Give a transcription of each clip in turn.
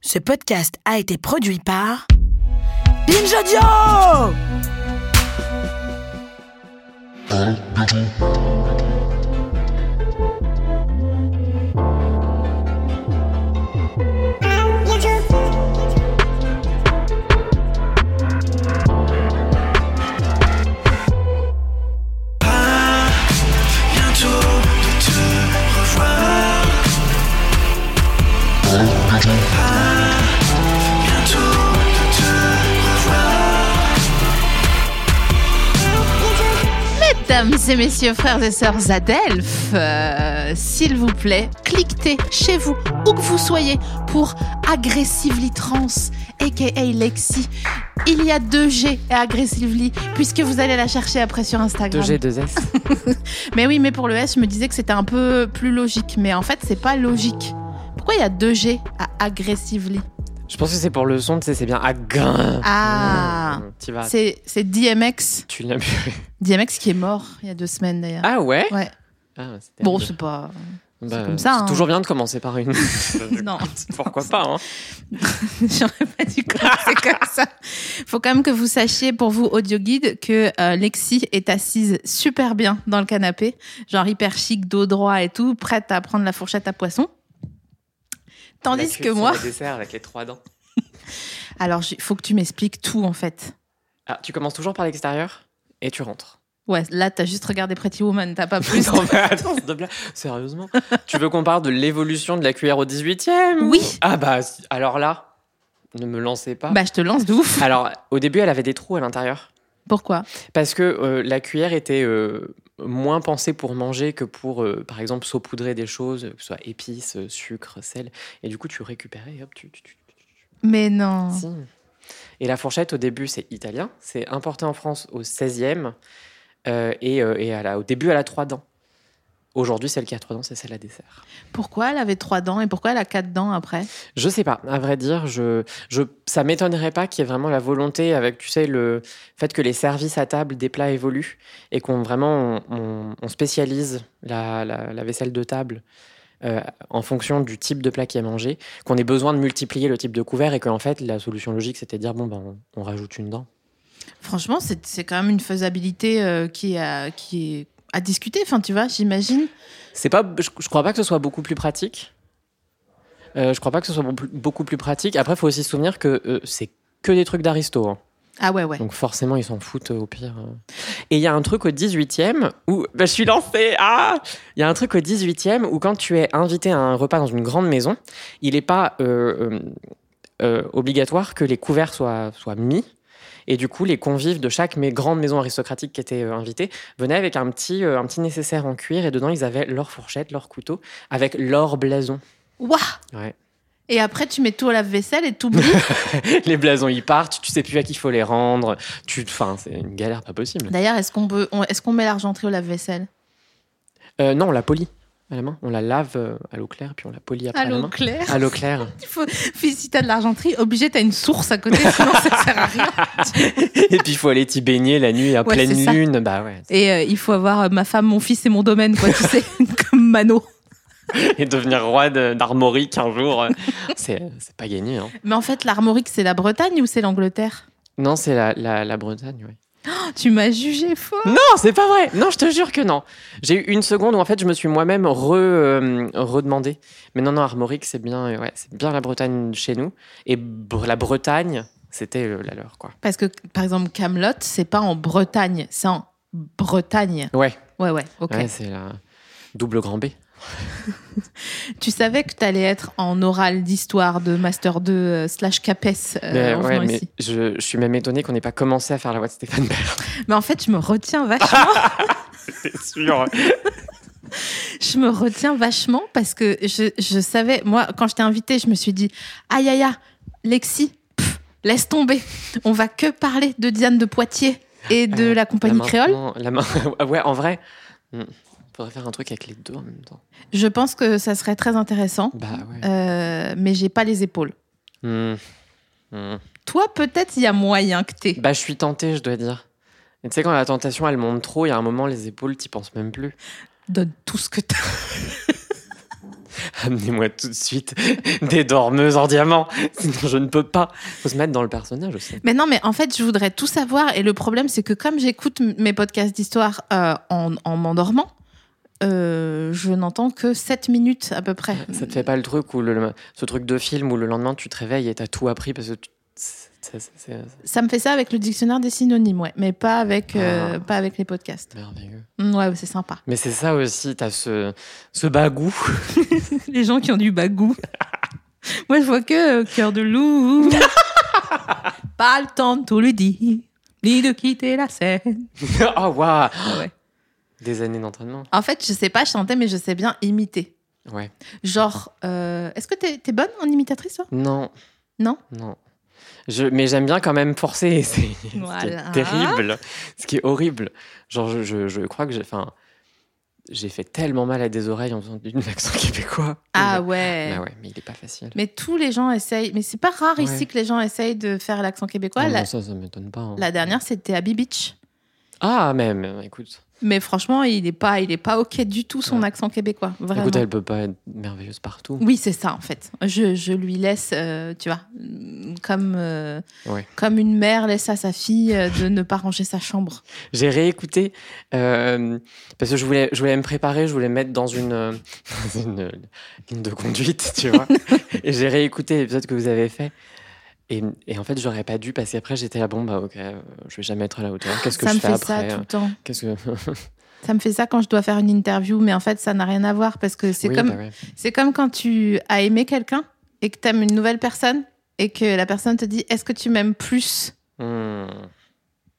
Ce podcast a été produit par Binge Audio bientôt de te revoir. Ah, bientôt de te revoir. Mesdames et messieurs, frères et sœurs Adelphes, euh, s'il vous plaît, cliquez chez vous, où que vous soyez, pour Aggressively Trans, aka Lexi. Il y a 2G à Aggressively, puisque vous allez la chercher après sur Instagram. 2G, 2S. Mais oui, mais pour le S, je me disais que c'était un peu plus logique. Mais en fait, c'est pas logique. Pourquoi il y a 2G à Aggressively Je pense que c'est pour le son, tu sais, c'est bien agrin. Ah Tu vas, C'est c'est DMX. tu l'as bu. DMX qui est mort il y a deux semaines d'ailleurs. Ah ouais Ouais. Ah, c'est Bon, terrible. c'est pas. Bah, comme ça, C'est hein. toujours bien de commencer par une. Non. Pourquoi pas, hein J'aurais pas dû commencer comme ça. Faut quand même que vous sachiez, pour vous, audio guide, que euh, Lexi est assise super bien dans le canapé, genre hyper chic, dos droit et tout, prête à prendre la fourchette à poisson. Tandis que moi. dessert avec les trois dents. Alors, il faut que tu m'expliques tout, en fait. Ah, tu commences toujours par l'extérieur et tu rentres. Ouais, là, t'as juste regardé Pretty Woman, t'as pas plus. Non, mais attends, c'est de blague. Sérieusement Tu veux qu'on parle de l'évolution de la cuillère au 18ème Oui. Ah bah, si- alors là, ne me lancez pas. bah, je te lance de ouf. Alors, au début, elle avait des trous à l'intérieur. Pourquoi Parce que euh, la cuillère était euh, moins pensée pour manger que pour, euh, par exemple, saupoudrer des choses, que ce soit épices, euh, sucre, sel. Et du coup, tu récupérais et hop, tu. tu, tu, tu, tu- tu- Mais non. Si. Et la fourchette, au début, c'est italien. C'est importé en France au 16e. euh, et euh, et à la- au début, elle a trois dents. Aujourd'hui, celle qui a trois dents, c'est celle à dessert. Pourquoi elle avait trois dents et pourquoi elle a quatre dents après Je sais pas, à vrai dire, je, je, ça m'étonnerait pas qu'il y ait vraiment la volonté avec, tu sais, le fait que les services à table des plats évoluent et qu'on vraiment on, on- on spécialise la, la- la vaisselle de table euh, en fonction du type de plat qui est mangé, qu'on ait besoin de multiplier le type de couvert et qu'en fait la solution logique c'était de dire bon ben on, on rajoute une dent. Franchement, c'est c'est quand même une faisabilité euh, qui, a, qui est à discuter, enfin, tu vois, j'imagine. C'est pas, je, je crois pas que ce soit beaucoup plus pratique. Euh, je crois pas que ce soit beaucoup plus- beaucoup plus pratique. Après, faut aussi se souvenir que euh, c'est que des trucs d'aristo. hein. Ah ouais, ouais. Donc forcément, ils s'en foutent euh, au pire. euh. Et il y a un truc au 18e où... Bah, je suis lancé Ah Il y a un truc au 18e où quand tu es invité à un repas dans une grande maison, il n'est pas euh, euh, euh, obligatoire que les couverts soient, soient mis. Et du coup, les convives de chaque mais grande maison aristocratique qui étaient euh, invités venaient avec un petit, euh, un petit nécessaire en cuir et dedans, ils avaient leur fourchette, leur couteau, avec leur blason. Ouah Ouais. Et après, tu mets tout à la vaisselle et t'oublies. les blasons, ils partent, tu sais plus à qui il faut les rendre. Tu... Enfin, c'est une galère pas possible. D'ailleurs, est-ce qu'on peut, on- est-ce qu'on met l'argenterie au lave-vaisselle Euh, non, on la polie à la main. On la lave euh, à l'eau claire, puis on la polie après À à la l'eau main. claire. À l'eau claire. Il faut, puis si t'as de l'argenterie, obligé, t'as une source à côté, sinon ça sert à rien. et puis il faut aller t'y baigner la nuit à Ouais, pleine c'est ça. lune. Bah ouais. Et euh, il faut avoir euh, ma femme, mon fils et mon domaine, quoi, tu sais, comme Mano. Et devenir roi de- d'Armorique un jour, euh, c'est c'est pas gagné. hein. Mais en fait, l'Armorique, c'est la Bretagne ou c'est l'Angleterre Non, c'est la, la, la Bretagne, ouais. Oh, Tu m'as jugé faux. Non, c'est pas vrai. Non, je te jure que non. J'ai eu une seconde où en fait je me suis moi-même re, euh, redemandé. Mais non, non, Armorique, c'est bien, euh, ouais, c'est bien la Bretagne chez nous. Et Bre- la Bretagne, c'était euh, la leur, quoi. Parce que, par exemple, Camelot, c'est pas en Bretagne, c'est en Bretagne. Ouais, Ouais, ouais, ok. ouais c'est la double grand B. Tu savais que t'allais être en oral d'histoire de Master 2 euh, slash CAPES euh, Mais en ouais, venant mais ici. je, je suis même étonné qu'on n'ait pas commencé à faire la voix de Stéphane Bern. Mais en fait, je me retiens vachement. C'est sûr. Je me retiens vachement parce que je, je savais, moi, quand je t'ai invitée, je me suis dit Aïe, aïe, aïe, Lexi, pff, laisse tomber. On va que parler de Diane de Poitiers et de la compagnie créole. La main... Ouais, en vrai, hmm, faudrait faire un truc avec les deux en même temps. Je pense que ça serait très intéressant, Bah ouais. euh, mais j'ai pas les épaules. Euh, Hmm, hmm. Toi, peut-être, il y a moyen que t'aies. Bah, je suis tenté, je dois dire. Et tu sais, quand la tentation, elle monte trop, il y a un moment, les épaules, t'y penses même plus. Donne tout ce que t'as. Amenez-moi tout de suite des dormeuses en diamant, sinon je ne peux pas. Faut se mettre dans le personnage aussi. Mais non, mais en fait, je voudrais tout savoir. Et le problème, c'est que comme j'écoute m- mes podcasts d'histoire euh, en, en m'endormant, euh, je n'entends que 7 minutes à peu près. Ça te fait pas le truc où le, le- ce truc de film où le lendemain tu te réveilles et t'as tout appris parce que tu- c'est- c'est c'est- Ça me fait ça avec le dictionnaire des synonymes, ouais, mais pas avec, euh, Ah. pas avec les podcasts. c'est merveilleux. Mm, Ouais, c'est sympa. Mais c'est ça aussi, t'as ce, ce bagou. Les gens qui ont du bagou. Moi, je vois que euh, cœur de loup. pas le temps de tout lui dire, ni de quitter la scène. oh waouh Ah ouais. Des années d'entraînement. En fait, je sais pas chanter, mais je sais bien imiter. Ouais. Euh, Genre, euh, est-ce que t'es t'es bonne en imitatrice, toi Non. Non Non. Je, mais j'aime bien quand même forcer. et C'est ce qui Voilà. est terrible. Ce qui est horrible. Genre, je, je- je crois que j'ai. Enfin, j'ai fait tellement mal à des oreilles en faisant d'une accent québécois. Ah Mais- ouais. bah ouais, mais il est pas facile. Mais tous les gens essayent. Mais c'est pas rare ici Ouais. Ah que les gens essayent de faire l'accent québécois. Non, la, non, ça, ça m'étonne pas. hein. la dernière, c'était à Beach. Ah, même, écoute. Mais franchement, il est pas, il est pas ok du tout son Ouais. accent québécois. Vraiment. Écoute, elle peut pas être merveilleuse partout. Oui, c'est ça en fait. Je, je lui laisse, euh, tu vois, mm, comme, euh, Ouais. comme une mère laisse à sa fille euh, de ne pas ranger sa chambre. J'ai réécouté euh, parce que je voulais, je voulais me préparer, je voulais me mettre dans une, euh, dans une, euh, ligne de conduite, tu vois. et j'ai réécouté l'épisode que vous avez fait. Et, et en fait, j'aurais pas dû parce qu'après, j'étais là, bon, bah ok, euh, je vais jamais être à la hauteur. Qu'est-ce que ça je me fais fait après ça tout euh, le temps. Qu'est-ce que. Ça me fait ça quand je dois faire une interview, mais en fait, ça n'a rien à voir parce que c'est Oui, comme bah ouais. C'est comme quand tu as aimé quelqu'un et que tu aimes une nouvelle personne et que la personne te dit Est-ce que tu m'aimes plus Hmm.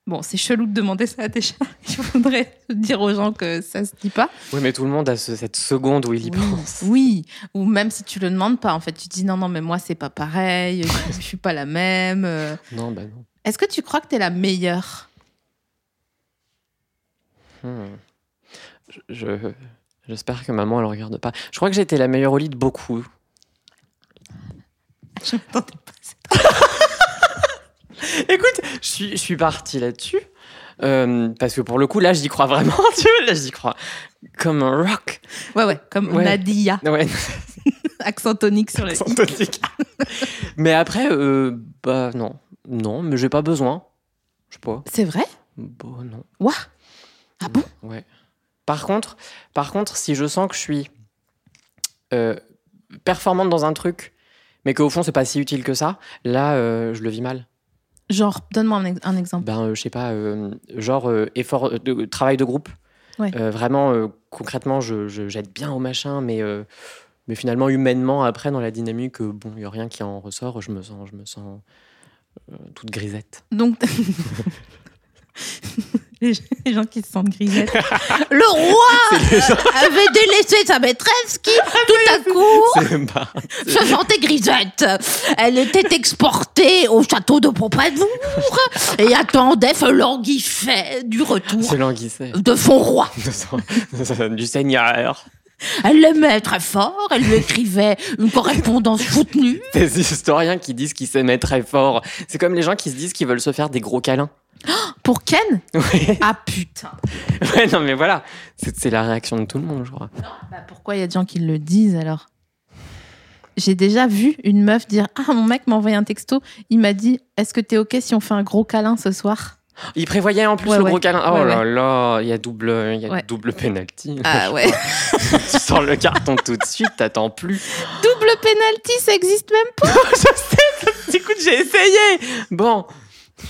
Bon, c'est chelou de demander ça à tes chats. Il faudrait dire aux gens que ça se dit pas. Oui, mais tout le monde a ce- cette seconde où il y oui, pense. oui. ou même si tu le demandes pas, en fait, tu dis Non, non, mais moi, c'est pas pareil, je, je suis pas la même. Euh, Non, bah non. Est-ce que tu crois que tu es la meilleure Hmm. Je- je- J'espère que maman, elle regarde pas. Je crois que j'étais la meilleure au lit de beaucoup. Je m'attendais pas à ça. Écoute, je suis, je suis partie là-dessus. euh, parce que pour le coup, là, j'y crois vraiment. Tu vois, là, j'y crois. Comme un rock. Ouais, ouais, comme Ouais. Nadia, Ouais, accent tonique sur le sans i. tonique. mais après, euh, bah non. Non, mais j'ai pas besoin. Je sais pas. C'est vrai Bon, non. Ouah Ah bon Ouais. Par contre, par contre, si je sens que je suis euh, performante dans un truc, mais qu'au fond, c'est pas si utile que ça, là, euh, je le vis mal. Genre, donne-moi un, ex- un exemple. ben, euh, je sais pas, euh, genre euh, effort, euh, de, travail de groupe. Ouais. Euh, vraiment, euh, concrètement, je, je- j'aide bien au machin, mais, euh, mais finalement, humainement, après, dans la dynamique, euh, bon, il n'y a rien qui en ressort, je me sens, je me sens euh, toute grisette. Donc. Les gens- les gens qui se sentent grisettes. Le roi avait délaissé sa maîtresse qui, tout à coup, C'est même pas- se sentait grisette. Elle était exportée au château de Pompadour et attendait languissait du retour c'est languissait. de son roi. De son- de son- du seigneur. Elle l'aimait très fort, elle lui écrivait une correspondance soutenue. Des historiens qui disent qu'ils s'aimaient très fort. C'est comme les gens qui se disent qu'ils veulent se faire des gros câlins. Pour Ken Ouais, Ah putain ouais, non, mais voilà. C'est, c'est la réaction de tout le monde, je crois. Bah, Pourquoi il y a des gens qui le disent alors J'ai déjà vu une meuf dire Ah, mon mec m'a envoyé un texto, il m'a dit Est-ce que t'es ok si on fait un gros câlin ce soir Il prévoyait en plus Ouais, le ouais. gros câlin. Oh Ouais, là là, il y a double, il y a Ouais. double penalty. Ah ouais tu sors le carton tout de suite, t'attends plus. Double penalty, ça existe même je sais, écoute, j'ai essayé. Bon.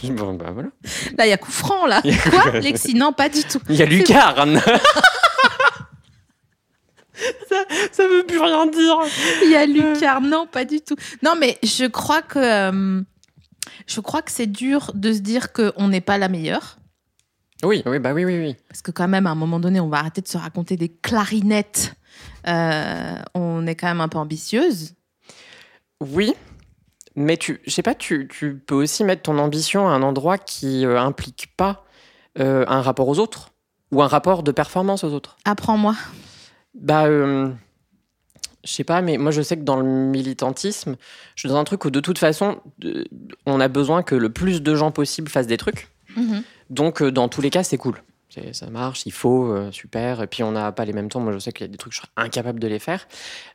Bon, bah voilà. Là, il y a coup franc là Quoi Lexi Non, pas du tout Il y a lucarne. ça, ça veut plus rien dire. Il y a lucarne, non, pas du tout. Non, mais je crois que euh, je crois que c'est dur de se dire qu'on n'est pas la meilleure, Oui, oui, bah oui, oui, oui. parce que quand même à un moment donné, on va arrêter de se raconter des clarinettes. Euh, on est quand même un peu ambitieuse. Oui. Mais tu, je sais pas, tu, tu peux aussi mettre ton ambition à un endroit qui euh, implique pas euh, un rapport aux autres ou un rapport de performance aux autres. Apprends-moi. Bah, euh, je sais pas, mais moi je sais que dans le militantisme, je suis dans un truc où de toute façon, de- Mm-hmm. on a besoin que le plus de gens possible fassent des trucs. Donc euh, dans tous les cas, c'est cool. ok, ça marche, il faut, euh, super. Et puis on n'a pas les mêmes temps. Moi, je sais qu'il y a des trucs que je serais incapable de les faire.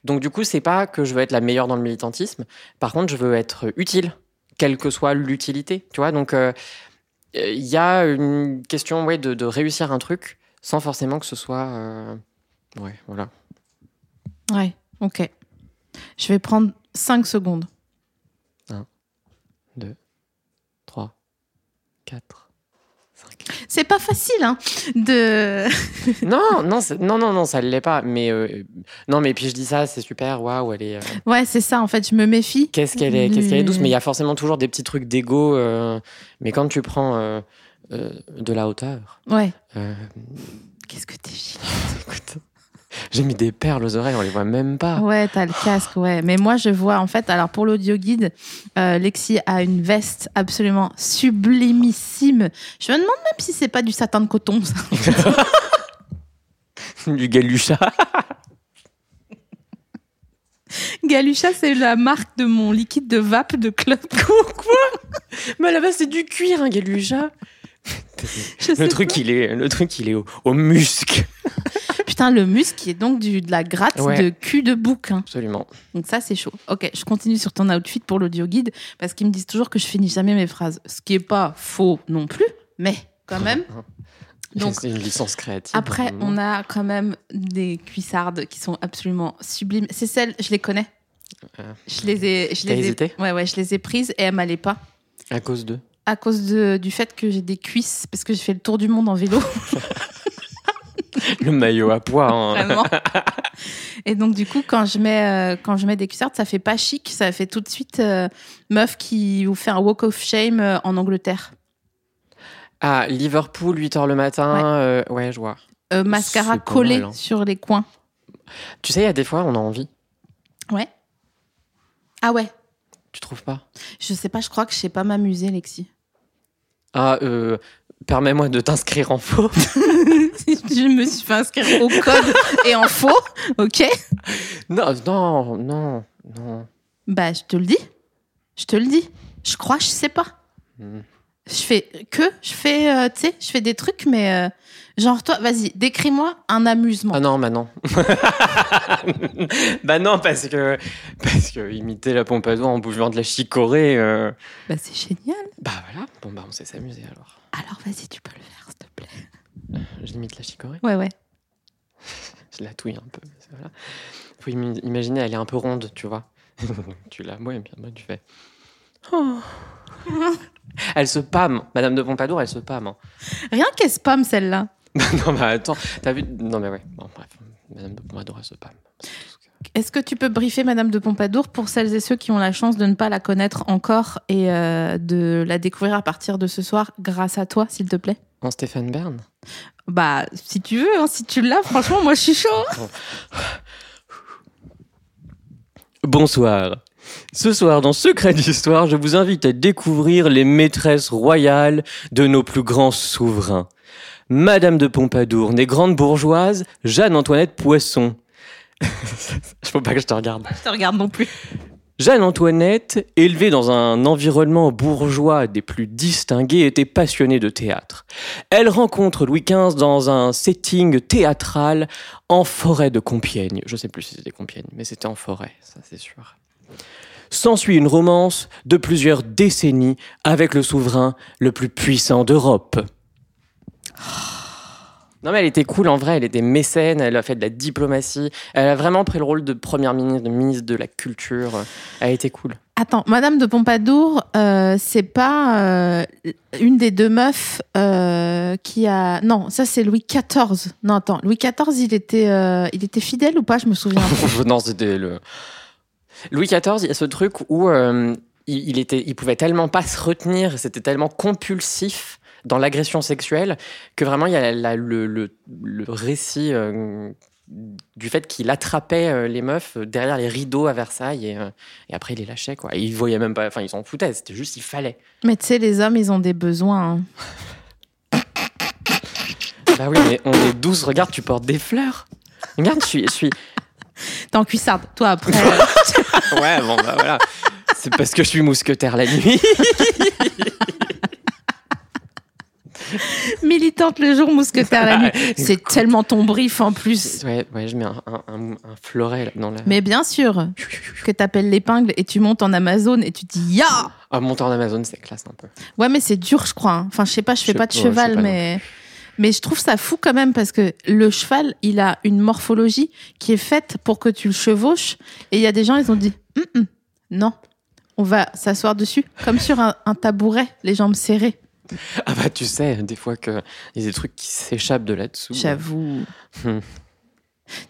Donc du coup, c'est pas que je veux être la meilleure dans le militantisme. Par contre, je veux être utile, quelle que soit l'utilité. Tu vois, donc euh, il y a une question ouais, de, de réussir un truc sans forcément que ce soit. euh, Ouais, voilà. Ouais, ok. Je vais prendre 5 secondes. 3, 4, 5. C'est pas facile, hein, de... Non, non, c'est- non, non, non, ça ne l'est pas. Mais euh, non, mais puis je dis ça, c'est super. Waouh, elle est. euh, Ouais, c'est ça, en fait, je me méfie. qu'est-ce qu'elle est, qu'est-ce qu'elle est douce. Mm. Mais il y a forcément toujours des petits trucs d'ego. euh, mais quand tu prends euh, euh, de la hauteur, Ouais. euh, Qu'est-ce que t'es vile. écoute, j'ai mis des perles aux oreilles, on les voit même pas. Ouais, t'as le casque, ouais. Mais moi, je vois, en fait, alors pour l'audio guide, euh, Lexi a une veste absolument sublimissime. Je me demande même si c'est pas du satin de coton, ça. du galucha. Galucha, c'est la marque de mon liquide de vape de club. Quoi Mais là-bas, c'est du cuir, un galucha. Je sais Le truc, il est, le truc, il est au, au musc. pas. Putain, le muscle qui est donc du, de la gratte Ouais. de cul de hein. bouquin. Absolument. Donc ça, c'est chaud. Ok, je continue sur ton outfit pour l'audio guide parce qu'ils me disent toujours que je finis jamais mes phrases. Ce qui est pas faux non plus, mais quand même. Donc, c'est une licence créative. Après, on a quand même des cuissardes qui sont absolument sublimes. C'est celles, je les connais. Ah. Je les ai, je T'as les ai- hésité Ouais, ouais, je les ai prises et elles m'allaient pas À cause de. à cause de- du fait que j'ai des cuisses parce que j'ai fait le tour du monde en vélo. Le maillot à poids. hein. vraiment. Et donc du coup, quand je mets euh, quand je mets des cuissardes, ça fait pas chic, ça fait tout de suite euh, meuf qui vous fait un walk of shame euh, en Angleterre. Ah, Liverpool, 8h le matin. euh, Ouais, je vois. Euh, mascara C'est pas collé mal, hein. sur les coins. Tu sais, il y a des fois, on a envie. Ouais. Ah ouais. Tu trouves pas Je sais pas, je crois que je sais pas m'amuser, Lexi. Ah, euh, permets-moi de t'inscrire en faux. je me suis fait inscrire au code et en faux, ok non, non, non, non. Bah, je te le dis. Je te le dis. Je crois, je sais pas. Mm. Je fais que, je fais, euh, tu sais, je fais des trucs, mais euh, genre toi, vas-y, décris-moi un amusement. Ah non, bah non. bah non, parce que, parce que imiter la Pompadour en bougeant de la chicorée. euh, Bah, c'est génial. Bah voilà, bon bah on s'est s'amuser alors. Alors, vas-y, tu peux le faire, s'il te plaît. J'imite la chicorée, Ouais, ouais. je la touille un peu. mais c'est- Voilà. Faut im- imaginer, elle est un peu ronde, tu vois. tu la mouilles et puis après, tu fais. Oh. elle se pâme, Madame de Pompadour, elle se pâme. hein. Rien qu'elle spam, celle-là. non, mais attends, t'as vu Non, mais ouais, bon, bref, Madame de Pompadour, elle se pâme. Est-ce que tu peux briefer Madame de Pompadour pour celles et ceux qui ont la chance de ne pas la connaître encore et euh, de la découvrir à partir de ce soir grâce à toi, s'il te plaît En Stéphane Bern Bah, si tu veux, hein, si tu l'as, franchement, moi, je suis chaud. Bonsoir. Ce soir, dans Secret d'Histoire, je vous invite à découvrir les maîtresses royales de nos plus grands souverains. Madame de Pompadour, née grande bourgeoise, Jeanne-Antoinette Poisson. Je faut pas que je te regarde. Je te regarde non plus. Jeanne-Antoinette, élevée dans un environnement bourgeois des plus distingués, était passionnée de théâtre. Elle rencontre Louis XV dans un setting théâtral en forêt de Compiègne. Je sais plus si c'était Compiègne, mais c'était en forêt, ça c'est sûr. S'ensuit une romance de plusieurs décennies avec le souverain le plus puissant d'Europe. Non mais elle était cool en vrai, elle était mécène, elle a fait de la diplomatie, elle a vraiment pris le rôle de première ministre, de ministre de la culture. Elle était cool. Attends, Madame de Pompadour, euh, c'est pas euh, une des deux meufs euh, qui a. Non, ça c'est Louis XIV. Non, attends, Louis XIV, il était, euh, il était fidèle ou pas Je me souviens. non, c'était le. Louis XIV, il y a ce truc où euh, il, il était, il pouvait tellement pas se retenir, c'était tellement compulsif dans l'agression sexuelle que vraiment il y a la- le, le- le récit euh, du fait qu'il attrapait euh, les meufs derrière les rideaux à Versailles et, euh, et après il les lâchait quoi. Et il voyait même pas, enfin ils s'en foutaient, c'était juste il fallait. Mais tu sais, les hommes, ils ont des besoins. hein. Bah oui, mais on est douze, regarde, tu portes des fleurs. Regarde, je suis, je suis, T'es en cuissarde, toi après. euh, Ouais, bon, bah voilà. C'est parce que je suis mousquetaire la nuit. militante le jour, mousquetaire la nuit. C'est tellement ton brief en plus. Ouais, ouais, je mets un, un- un- un floret là, dans la. Mais bien sûr que t'appelles l'épingle et tu montes en Amazon et tu dis ya Ah, monter en Amazon, c'est classe un peu. Ouais, mais c'est dur, je crois. hein. Enfin, je sais pas, je fais Je- pas de ouais, je sais cheval, pas non mais mais je trouve ça fou quand même parce que le cheval, il a une morphologie qui est faite pour que tu le chevauches. Et il y a des gens, ils ont dit Hum, hum, non, on va s'asseoir dessus comme sur un, un tabouret, les jambes serrées. Ah bah tu sais, des fois que il y a des trucs qui s'échappent de là-dessous. J'avoue. tu Hmm.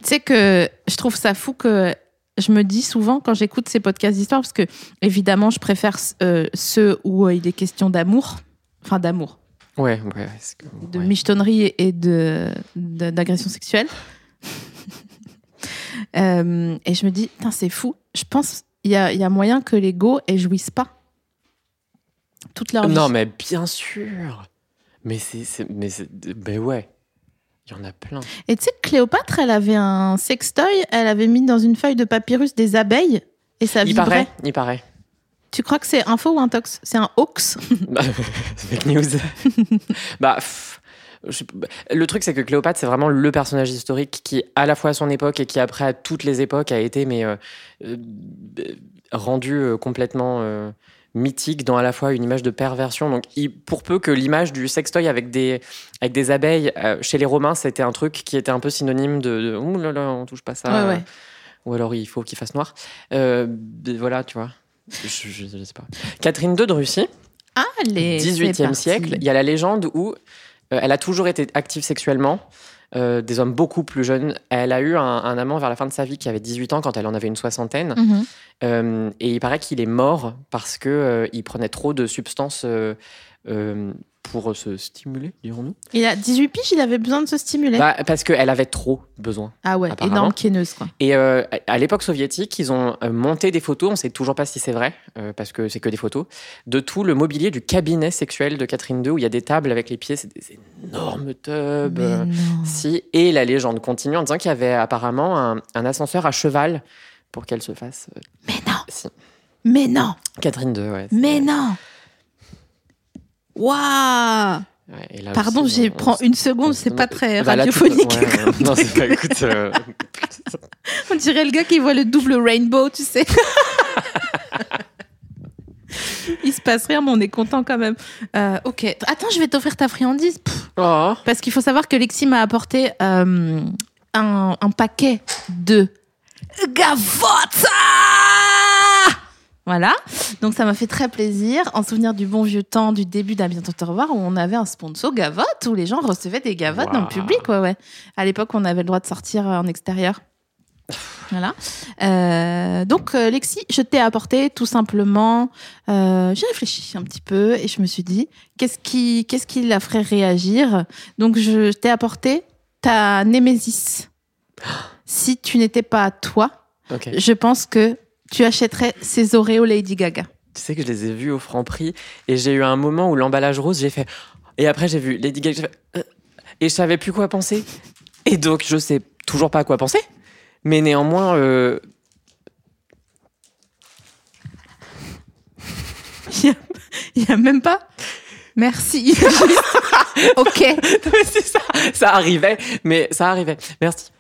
sais que je trouve ça fou que je me dis souvent quand j'écoute ces podcasts d'histoire, parce que évidemment, je préfère euh, ceux où euh, il est question d'amour, enfin d'amour, Ouais, ouais. ouais, c'est que- de ouais. michetonnerie et de de- d'agression sexuelle. Euh, et je me dis, Putain, c'est fou. Je pense il y a, il y a moyen que les go et jouissent pas toute leur vie. Euh, Non mais bien sûr. Mais c'est, c'est- mais c'est- ben ouais. Il y en a plein. Et tu sais que Cléopâtre, elle avait un sextoy, elle avait mis dans une feuille de papyrus des abeilles et ça il vibrait. paraît, il paraît. Tu crois que c'est un faux ou un tox C'est un hoax Bah, Fake news. bah, pff, je sais pas. le truc, c'est que Cléopâtre, c'est vraiment le personnage historique qui, à la fois à son époque et qui, après, à toutes les époques, a été mais, euh, euh, rendu euh, complètement euh, mythique dans à la fois une image de perversion. Donc, il- pour peu que l'image du sextoy avec des, avec des abeilles euh, chez les Romains, c'était un truc qui était un peu synonyme de, de ouh là là, on touche pas ça. Ouais, ouais. Ou alors il faut qu'il fasse noir. Euh, ben voilà, tu vois. Je, je- je sais pas. Catherine II de Russie. Allez c'est 18e parti. siècle, il y a la légende où euh, elle a toujours été active sexuellement, euh, des hommes beaucoup plus jeunes. Elle a eu un, un amant vers la fin de sa vie qui avait 18 ans quand elle en avait une soixantaine. Mhm. Euh, et il paraît qu'il est mort parce que euh, il prenait trop de substances euh, euh, pour se stimuler, dirons-nous. Il a 18 piges, il avait besoin de se stimuler. Bah, parce qu'elle avait trop besoin. ah ouais, apparemment. énorme quéneuse quoi. Et euh, à- à l'époque soviétique, ils ont euh, monté des photos, on sait toujours pas si c'est vrai, euh, parce que c'est que des photos, de tout le mobilier du cabinet sexuel de Catherine II, où il y a des tables avec les pieds, c'est des énormes tubs. Mais euh, non. Si, et la légende continue en disant qu'il y avait apparemment un, un ascenseur à cheval pour qu'elle se fasse. euh, Mais non, si. mais non, Catherine II, ouais. c'est- mais non Waouh Ouais, et là Pardon, aussi, j'y on- prends on- une seconde, on- c'est on- pas très Bah là, tu- radiophonique. ouais, ouais. comme non, c'est pas, truc. écoute. euh, On dirait le gars qui voit le double rainbow, tu sais. Il se passe rien, mais on est content quand même. Euh, ok, attends, je vais t'offrir ta friandise. Pff, Oh, Parce qu'il faut savoir que Lexi m'a apporté euh, un, un paquet de gavotta Voilà, donc ça m'a fait très plaisir en souvenir du bon vieux temps du début d'À bientôt te revoir où on avait un sponsor gavotte où les gens recevaient des gavottes dans le Waouh. public. Ouais, ouais. À l'époque, on avait le droit de sortir euh, en extérieur. Voilà. Euh, donc, euh, Lexi, je t'ai apporté tout simplement. euh, J'ai réfléchi un petit peu et je me suis dit, qu'est-ce qui, qu'est-ce qui la ferait réagir Donc, je t'ai apporté ta némésis. Si tu n'étais pas toi, ok. je pense que tu achèterais ces Oreos Lady Gaga. Tu sais que je les ai vus au franc prix et j'ai eu un moment où l'emballage rose, j'ai fait. Et après, j'ai vu Lady Gaga, j'ai fait, euh, et je savais plus quoi penser. Et donc, je sais toujours pas à quoi penser. Mais néanmoins, euh, Il n'y a même pas. Merci. ok. Mais c'est ça, ça arrivait, mais ça arrivait. Merci.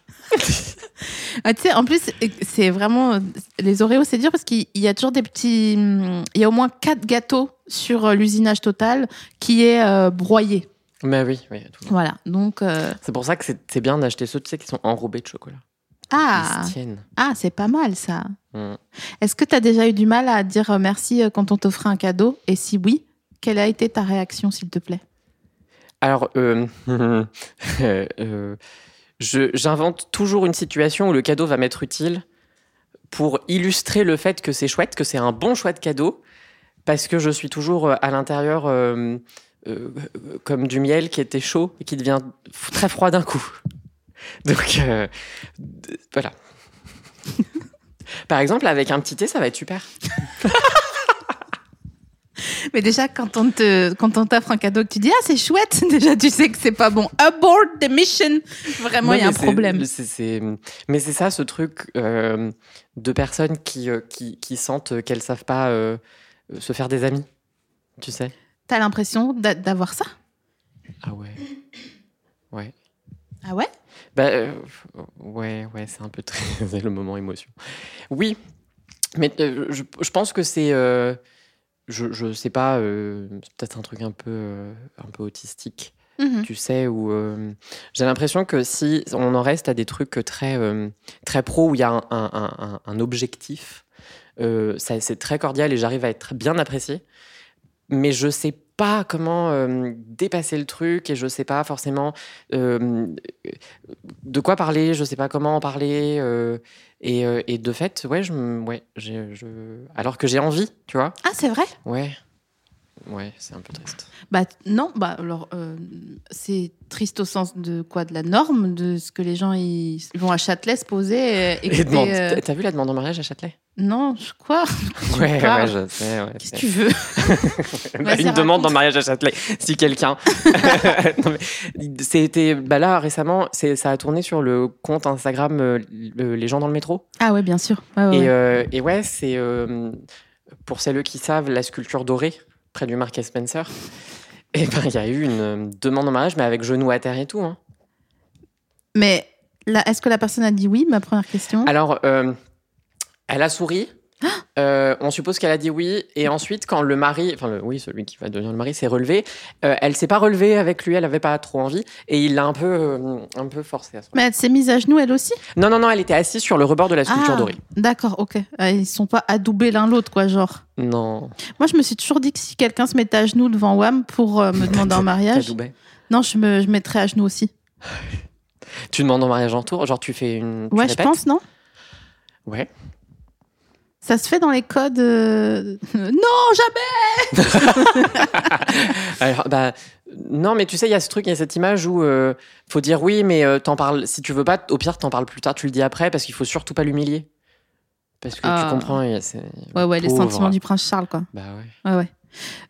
Ah, tu sais, en plus, c'est vraiment. Les Oreos, c'est dur parce qu'il il y a toujours des petits. hum, Il y a au moins quatre gâteaux sur euh, l'usinage total qui est euh, broyé. Mais oui, oui. tout. Voilà. Donc. euh, C'est pour ça que c'est c'est bien d'acheter ceux tu sais, qui sont enrobés de chocolat. Ah, Ils se tiennent. ah c'est pas mal ça. Mm. Est-ce que tu as déjà eu du mal à dire euh, merci euh, quand on t'offrait un cadeau Et si oui, quelle a été ta réaction, s'il te plaît Alors, euh, euh, euh, je- j'invente toujours une situation où le cadeau va m'être utile pour illustrer le fait que c'est chouette, que c'est un bon choix de cadeau, parce que je suis toujours euh, à l'intérieur euh, euh, euh, comme du miel qui était chaud et qui devient f- très froid d'un coup. Donc, euh, d- voilà. Par exemple, avec un petit thé, ça va être super. Mais déjà, quand on te, quand on t'offre un cadeau, que tu dis ah c'est chouette, déjà tu sais que c'est pas bon. Abort the mission. Vraiment, Non, il y mais a un c'est- problème. c'est- c'est- Mais c'est ça ce truc euh, de personnes qui, euh, qui, qui sentent qu'elles savent pas euh, se faire des amis. Tu sais T'as l'impression d'a- d'avoir ça Ah ouais. Ouais. Ah ouais Bah, euh, ouais, ouais, c'est un peu très c'est le moment émotion. Oui, mais euh, je, je pense que c'est. euh, je, je sais pas, euh, c'est peut-être un truc un peu, euh, un peu autistique, Mhm. tu sais, où euh, j'ai l'impression que si on en reste à des trucs très, euh, très pro où il y a un, un- un- un- un objectif, euh, ça- c'est très cordial et j'arrive à être très bien apprécié, mais je sais pas comment euh, dépasser le truc et je sais pas forcément euh, de quoi parler, je sais pas comment en parler. euh, et, euh, et de fait, ouais, je, me- ouais j'ai- je, alors que j'ai envie, tu vois. Ah, c'est vrai Ouais. Ouais, c'est un peu triste. Bah t- non, bah alors euh, c'est triste au sens de quoi De la norme, de ce que les gens ils vont à Châtelet se poser euh, écouter, Et demande- euh, T'as vu la demande en mariage à Châtelet Non, je- quoi Ouais, parles. ouais, je sais. ouais, Qu'est-ce c'est- que tu veux Bah, Vas-y, une demande raconte. en mariage à Châtelet, si quelqu'un. Non, mais C'était bah là récemment, c'est- ça a tourné sur le compte Instagram euh, le- les gens dans le métro. Ah ouais, bien sûr. Ouais, ouais, Et, ouais. euh, et ouais, c'est euh, pour celles qui savent la sculpture dorée près du Marquis Spencer. Et ben, il y a eu une euh, demande en mariage, mais avec genoux à terre et tout. hein. euh, Mais là, est-ce que la personne a dit oui Ma première question. Alors, euh, elle a souri. Ah. Euh, on suppose qu'elle a dit oui. Et ensuite, quand le mari, enfin, le- oui, celui qui va devenir le mari s'est relevé, euh, elle s'est pas relevée avec lui, elle avait pas trop envie. Et il l'a un peu, euh, un peu forcé à se relever. Mais elle s'est mise à genoux elle aussi. Non, non, non, elle était assise sur le rebord de la sculpture Ah, dorée. D'accord, ok. Euh, Ils sont pas adoubés l'un l'autre quoi, genre. Non. Moi, je me suis toujours dit que si quelqu'un se mettait à genoux devant Wam pour euh, me demander en T'as mariage, Dubaï. non, je me je mettrais à genoux aussi. Tu demandes en mariage en tour, genre tu fais une. tu ouais, je répètes pense non. Ouais. Ça se fait dans les codes. euh, Non, jamais. Alors, bah, non, mais tu sais, il y a ce truc, il y a cette image où euh, faut dire oui, mais euh, t'en parles. Si tu veux pas, au pire, t'en parles plus tard, tu le dis après, parce qu'il faut surtout pas l'humilier. Parce que Ah. tu comprends, il y a ces- Ouais, ouais, les Pauvre. sentiments du prince Charles, quoi. Bah ouais. Ouais, ouais.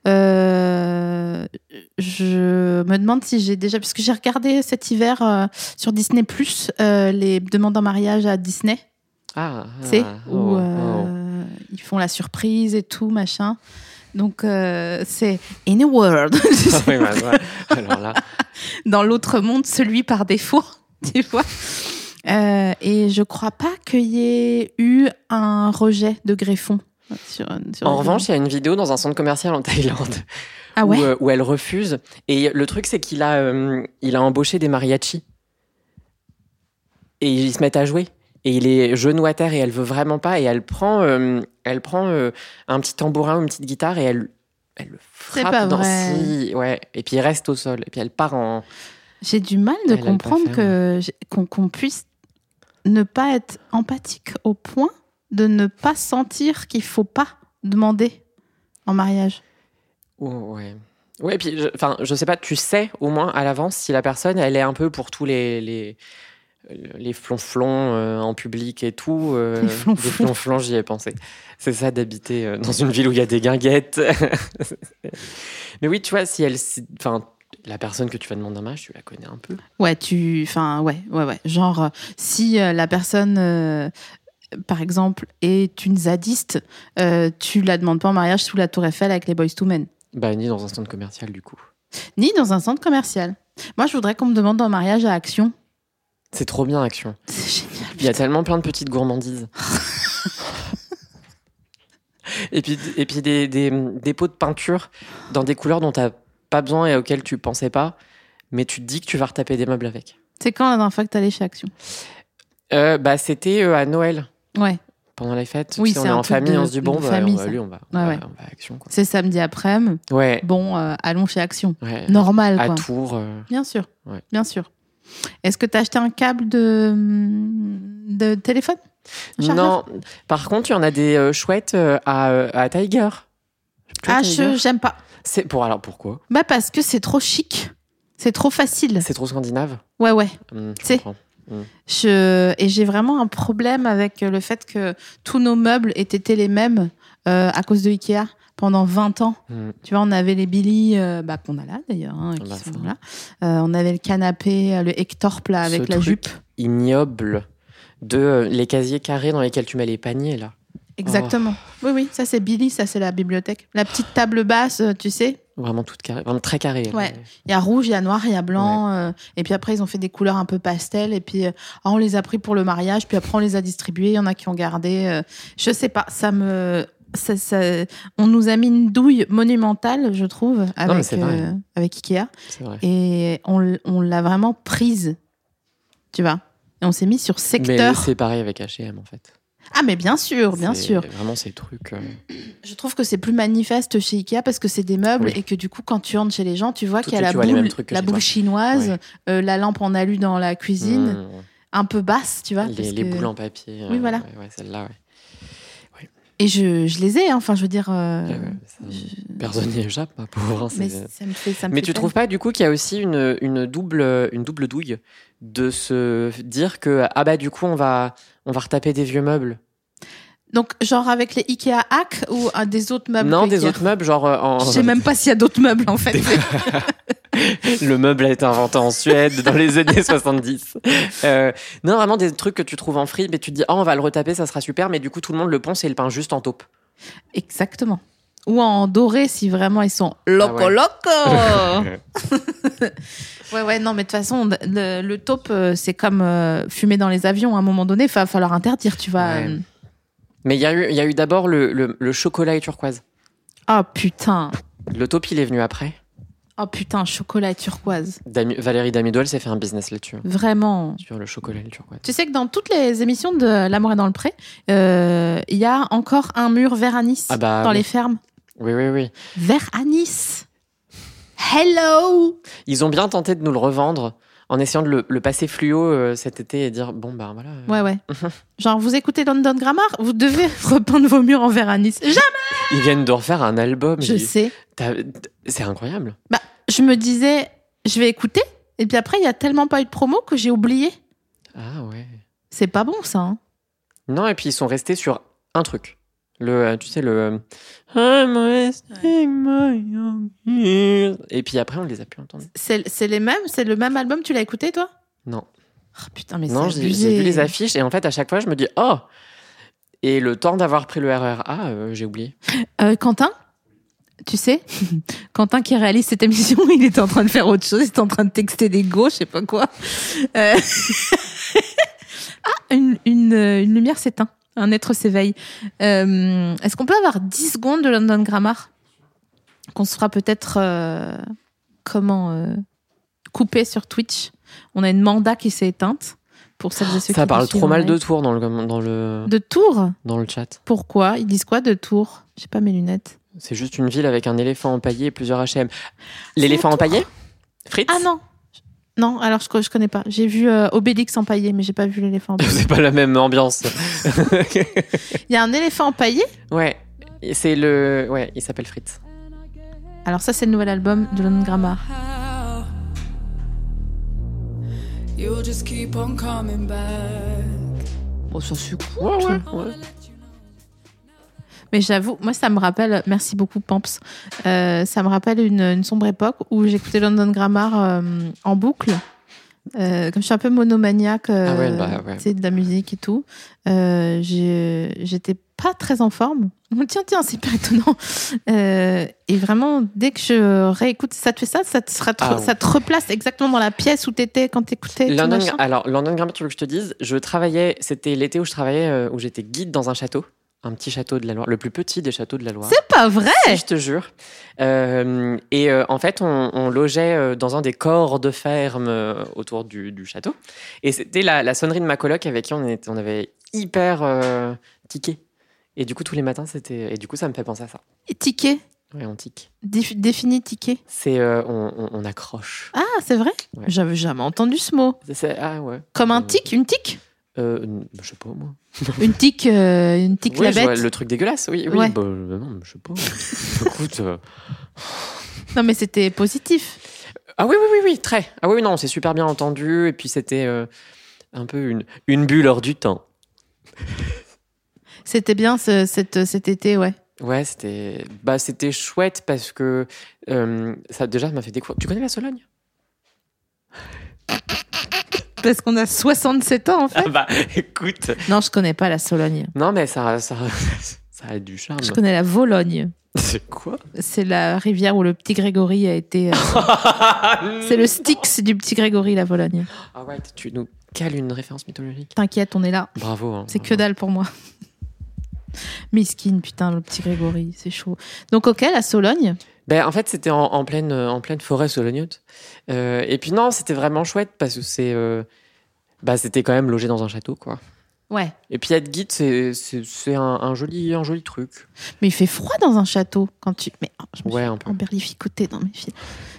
Euh, je me demande si j'ai déjà, parce que j'ai regardé cet hiver euh, sur Disney Plus euh, les demandes en mariage à Disney, Ah, tu sais, ah, où oh, euh, ils font la surprise et tout machin. Donc euh, c'est In a World, tu oh. sais, Oui, bah, ouais. Alors là, dans l'autre monde, celui par défaut, tu vois. Euh, et je crois pas qu'il y ait eu un rejet de greffon. Sur, sur- en revanche, il y a une vidéo dans un centre commercial en Thaïlande ah ouais, où, euh, où elle refuse. Et le truc, c'est qu'il a, euh, il a embauché des mariachis. Et ils se mettent à jouer. Et il est genou à terre et elle veut vraiment pas. Et elle prend, euh, elle prend euh, un petit tambourin ou une petite guitare et elle, elle le C'est frappe pas dans vrai. si- ouais. Et puis il reste au sol. Et puis elle part en. j'ai du mal de Elle, elle comprendre préfère. que j'ai- qu'on qu'on puisse ne pas être empathique au point de ne pas sentir qu'il faut pas demander en mariage. Oh, ouais. Ouais, et puis, je- enfin, je sais pas, tu sais au moins à l'avance si la personne, elle est un peu pour tous les. les les flonflons euh, en public et tout. euh, Les flonflons. les flonflons, j'y ai pensé. C'est ça d'habiter euh, dans une ville où il y a des guinguettes. Mais oui, tu vois, si elle. si- Enfin, la personne que tu vas demander un match, tu la connais un peu. Ouais, tu, enfin, ouais, ouais, ouais. Genre, euh, si euh, la personne, euh, par exemple, est une zadiste, euh, tu la demandes pas en mariage sous la Tour Eiffel avec les Boys to Men, Bah, ni dans un centre commercial, du coup. ni dans un centre commercial. Moi, je voudrais qu'on me demande en mariage à Action. C'est trop bien, Action. C'est génial. Il y a tellement plein de petites gourmandises. et puis, et puis des, des- des pots de peinture dans des couleurs dont t'as pas besoin et auxquelles tu pensais pas, mais tu te dis que tu vas retaper des meubles avec. C'est quand la dernière fois que t'allais chez Action Euh, bah, c'était euh, à Noël, Ouais. pendant les fêtes. Oui, tu sais, on c'est est un en truc famille, de- on se dit de bon, bah, famille, on va ça. lui, on va, on Ouais, va- ouais. on va à action. Quoi. C'est samedi après-midi. Ouais, Bon, euh, allons chez Action. ouais. Normal, à quoi. Tours. euh, Bien sûr. Ouais. Bien sûr. Est-ce que t'as acheté un câble de, de téléphone Un chargeur Non, par contre, il y en a des euh, chouettes euh, à, euh, à Tiger. Tu vois, Ah, Tiger je- j'aime pas. C'est pour alors pourquoi Bah parce que c'est trop chic. C'est trop facile. C'est trop scandinave. Ouais, ouais. Hum, je C'est- comprends. Je... Et j'ai vraiment un problème avec le fait que tous nos meubles aient été les mêmes euh, à cause de Ikea pendant 20 ans. Hum. Tu vois, on avait les Billy, euh, bah, qu'on a là d'ailleurs, hein, qui Bah, sont ça. là. Euh, on avait le canapé, euh, le Hectorp là, avec Ce la truc jupe. ignoble de euh, les casiers carrés dans lesquels tu mets les paniers là. Oh. Exactement. Oui, oui, ça c'est Billy, ça c'est la bibliothèque. La petite table basse, euh, tu sais, Vraiment toute carrée, vraiment très hein. carrée. elle. Ouais. Il y a rouge, il y a noir, il y a blanc. euh, et puis après, ils ont fait des couleurs un peu pastel. Et puis, euh, ah, on les a pris pour le mariage. Puis après, on les a distribués. Il y en a qui ont gardé. euh, je sais pas. Ça me. ça- ça- on nous a mis une douille monumentale, je trouve, mais avec, c'est vrai. euh, avec Ikea. C'est vrai. Et on, l- on l'a vraiment prise. Tu vois Et on s'est mis sur Mais secteur. c'est pareil avec H&M en fait. ah, mais bien sûr, bien C'est sûr. Vraiment ces trucs. euh, Je trouve que c'est plus manifeste chez Ikea parce que c'est des meubles Oui. et que du coup, quand tu rentres chez les gens, tu vois Tout- qu'il y a la tu vois les mêmes boule, trucs que la chez boule toi. chinoise, Ouais. euh, la lampe en alu dans la cuisine, hum, un peu basse, tu vois. les, parce les que- boules en papier. euh, Oui, voilà. Ouais, ouais, celle-là, ouais. Et je, je les ai, hein, enfin, je veux dire. euh, Ouais, ouais, ça- je- Personne n'y échappe, ma pauvre. hein, Mais c'est- ça me fait. Ça me Mais fait tu peine. trouves pas du coup qu'il y a aussi une, une double une double douille de se dire que ah bah du coup on va on va retaper des vieux meubles. Donc, genre avec les Ikea hack ou un des autres meubles non, que des Ikea- autres meubles genre euh, en- Je sais même pas s'il y a d'autres meubles en fait. le meuble a été inventé en Suède dans les années 70. Euh, non, vraiment des trucs que tu trouves en free mais tu te dis ah on va le retaper, ça sera super mais du coup tout le monde le ponce et le peint juste en taupe. Exactement. Ou en doré si vraiment ils sont loco Ah ouais. loco. ouais ouais non mais de toute façon d- le, le taupe euh, c'est comme euh, fumer dans les avions à un moment donné, il va falloir interdire tu euh. vois. Ouais. Mais il y a eu il y a eu d'abord le, le- le chocolat et turquoise. Ah putain. Le taupe il est venu après. Oh putain, chocolat et turquoise. Dami- Valérie Damidoil s'est fait un business là-dessus hein, Vraiment. sur le chocolat et le turquoise. Tu sais que dans toutes les émissions de L'amour est dans le pré, euh, il y a encore un mur vert anis Ah bah, dans oui. les fermes. Oui oui oui. Vert anis. Hello. Ils ont bien tenté de nous le revendre en essayant de le, le passer fluo euh, cet été et dire bon ben voilà. euh, Ouais, ouais. Genre, vous écoutez London Grammar, vous devez repeindre vos murs en verre à Nice. Jamais Ils viennent de refaire un album. Je ils- sais. t'as- C'est incroyable. Je me disais, je vais écouter. Et puis après, il y a tellement pas eu de promo que j'ai oublié. Ah ouais. C'est pas bon, ça. hein. Non et puis ils sont restés sur un truc. Le euh, tu sais le. euh, I'm resting my young years. Et puis après on les a plus entendus. C'est c'est les mêmes C'est le même album Tu l'as écouté, toi Non. Ah, putain, mais non c'est j'ai abusé. j'ai vu les affiches et en fait à chaque fois je me dis oh et le temps d'avoir pris le RRA euh, j'ai oublié. Euh, Quentin tu sais, Quentin qui réalise cette émission, il était en train de faire autre chose, il était en train de texter des go, je sais pas quoi. Euh, ah, une, une, euh, une lumière s'éteint, un être s'éveille. Euh, Est-ce qu'on peut avoir 10 secondes de London Grammar Qu'on se fera peut-être euh, comment euh, couper sur Twitch. On a une manda qui s'est éteinte pour celles et ceux Oh, Ça qui parle nous suivent trop en mal live. de tour dans le dans le De Tours dans le chat. Pourquoi Ils disent quoi de Tours J'ai pas mes lunettes. C'est juste une ville avec un éléphant empaillé et plusieurs HM. L'éléphant C'est à empaillé Fritz Ah non Non, alors je, co- je connais pas. J'ai vu euh, Obélix empaillé, mais j'ai pas vu l'éléphant empaillé. C'est pas la même ambiance. Il y a un éléphant empaillé ouais. Et C'est le. Ouais, il s'appelle Fritz. Alors ça, c'est le nouvel album de London Grammar. How You'll just keep on coming back. Oh, ça c'est cool. Ouais, ouais, I ouais. wanna let you know. Mais j'avoue, moi ça me rappelle, merci beaucoup Pamps, Euh, ça me rappelle une, une sombre époque où j'écoutais London Grammar euh, en boucle. Euh, comme je suis un peu monomaniaque euh, Ah ouais, bah ouais. tu sais, de la musique et tout, euh, j'ai- j'étais pas très en forme. Tiens, tiens, c'est pas étonnant. Euh, et vraiment, dès que je réécoute, ça te fait ça, ça te, sera Ah ça te replace exactement dans la pièce où t'étais quand t'écoutais. tout London, machin. alors, London Grammar, tu veux que je te dise Je travaillais. C'était l'été où je travaillais, euh, où j'étais guide dans un château. Un petit château de la Loire. Le plus petit des châteaux de la Loire. C'est pas vrai! Si, je te jure. Euh, et euh, en fait, on, on logeait euh, dans un des corps de ferme euh, autour du, du château. Et c'était la, la sonnerie de ma coloc avec qui on, était, on avait hyper euh, tiqué. Et du coup, tous les matins, c'était. Et du coup, ça me fait penser à ça. Ticket, Ouais, on tique. Dif- défini ticket. C'est. euh, on, on- on accroche. Ah, c'est vrai? Ouais. J'avais jamais entendu ce mot. C'est- Ah ouais. Comme un Euh, tic, une tic euh, n- Je sais pas, moi. Une tic, euh, une tic Oui, la je vois bête. le truc dégueulasse, oui. oui Ouais. bah, euh, non, je sais pas. Écoute. euh, Non, mais c'était positif. Ah oui, oui, oui, oui, très. Ah oui, non, c'est super bien entendu. Et puis c'était euh, un peu une, une bulle hors du temps. C'était bien ce- cette, cet été, ouais. Ouais, c'était bah, c'était chouette parce que euh, ça déjà ça m'a fait découvrir. Tu connais la Sologne Parce qu'on a 67 ans, en fait. Bah écoute. Non, je connais pas la Sologne. Non, mais ça, ça, ça a du charme. Je connais la Vologne. C'est quoi C'est la rivière où le petit Grégory a été. euh, c'est le Styx du petit Grégory, la Pologne. Ah ouais, tu nous cales une référence mythologique. T'inquiète, on est là. Bravo. hein. C'est que dalle pour moi. Miskin, putain, le petit Grégory, c'est chaud. Donc, ok, la Sologne. Ben, en fait, c'était en, en pleine, euh, en pleine forêt solognote. Euh, et puis non, c'était vraiment chouette parce que c'est, euh, bah, c'était quand même logé dans un château, quoi. Ouais. Et puis être guide, c'est, c'est, c'est un, un joli, un joli truc. Mais il fait froid dans un château quand tu. Mais oh, je me Ouais, un peu. suis emberlificotée dans mes fils.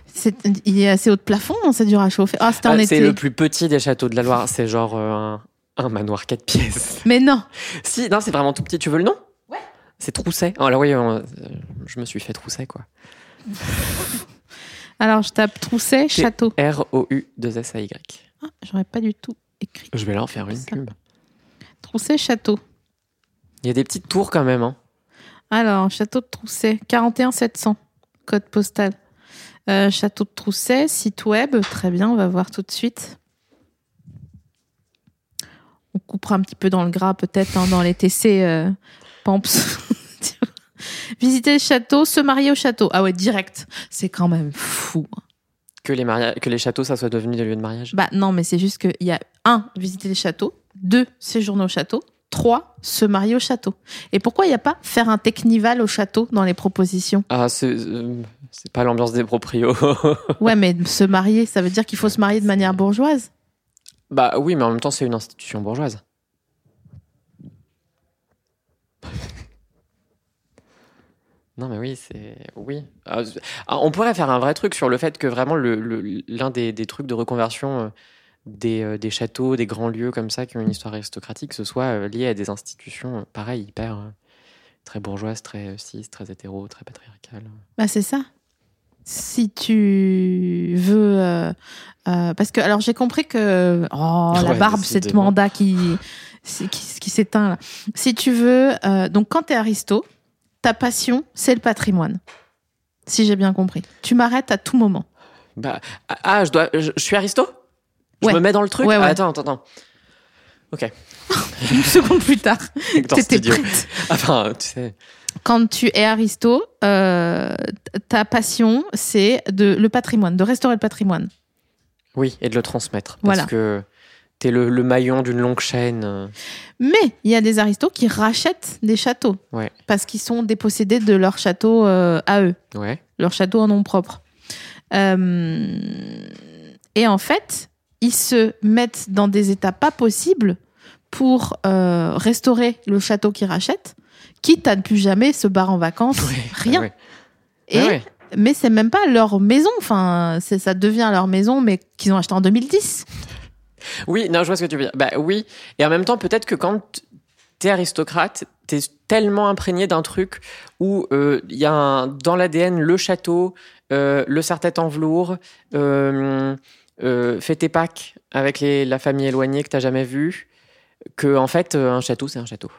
C'est... Il est assez haut de plafond, non ça dure à chauffer. Ah, c'était en Ah, été. c'est le plus petit des châteaux de la Loire. C'est genre euh, un, un manoir quatre pièces. Mais non, si, non, c'est vraiment tout petit. Tu veux le nom Ouais. C'est Trousset. Alors oui, euh, je me suis fait Trousset, quoi. Alors, je tape Trousset, T- château. R-O-U-2-S-A-Y. Ah, J'aurais pas du tout écrit. Je vais leur faire une Ça. pub. Trousset, château. Il y a des petites tours quand même. Hein. Alors, château de Trousset, 41 700, code postal. Euh, château de Trousset, site web. Très bien, on va voir tout de suite. On coupera un petit peu dans le gras, peut-être, hein, dans les TC euh, Pamps. Tu vois. Visiter le château, se marier au château. Ah ouais, direct. C'est quand même fou. Que, les maria- que les châteaux, ça soit devenu des lieux de mariage. Bah non, mais c'est juste qu'il y a un, visiter les châteaux, deux, séjourner au château, trois, se marier au château. Et pourquoi il n'y a pas faire un technival au château dans les propositions Ah, c'est euh, c'est pas l'ambiance des proprios. Ouais, mais se marier, ça veut dire qu'il faut se marier de manière bourgeoise. bah oui, mais en même temps, c'est une institution bourgeoise. Non mais oui, c'est oui. Ah, c'est- ah, on pourrait faire un vrai truc sur le fait que vraiment le- le- l'un des, des trucs de reconversion euh, des, euh, des châteaux, des grands lieux comme ça qui ont une histoire aristocratique, ce soit euh, lié à des institutions euh, pareil hyper euh, très bourgeoises, très euh, cis, très hétéro, très patriarcales. Bah, c'est ça. Si tu veux. euh, euh, parce que, alors, j'ai compris que. Oh, la Ouais, barbe, c'est ce décidément. mandat qui, c'est- qui, qui s'éteint, là. Si tu veux. euh, donc, quand t'es aristo, ta passion, c'est le patrimoine. Si j'ai bien compris. Tu m'arrêtes à tout moment. Bah, ah, ah, je dois. Je, je suis aristo Je Ouais. me mets dans le truc Ouais, ouais. Ah, Attends, attends, attends. Une seconde plus tard, Dans t'étais studio. prête. Enfin, tu sais. quand tu es aristo, euh, ta passion, c'est de le patrimoine, de restaurer le patrimoine. Oui, et de le transmettre. Voilà. Parce que t'es le, le maillon d'une longue chaîne. euh, Mais il y a des aristos qui rachètent des châteaux Ouais. parce qu'ils sont dépossédés de leur château euh, à eux, Ouais. leur château en nom propre. Euh, et en fait, ils se mettent dans des états pas possibles pour euh, restaurer le château qu'ils rachètent, quitte à ne plus jamais se barrer en vacances, rien. Ouais. Ah Et Ouais, ouais. mais c'est même pas leur maison. Enfin, c'est ça devient leur maison, mais qu'ils ont acheté en 2010. Oui, non, je vois ce que tu veux dire. Bah oui. Et en même temps, peut-être que quand t'es aristocrate, t'es tellement imprégné d'un truc où euh, il y a un- dans l'ADN le château, euh, le serre-tête en velours, euh, euh, fais tes Pâques avec les- la famille éloignée que t'as jamais vue, que en fait, euh, un château, c'est un château.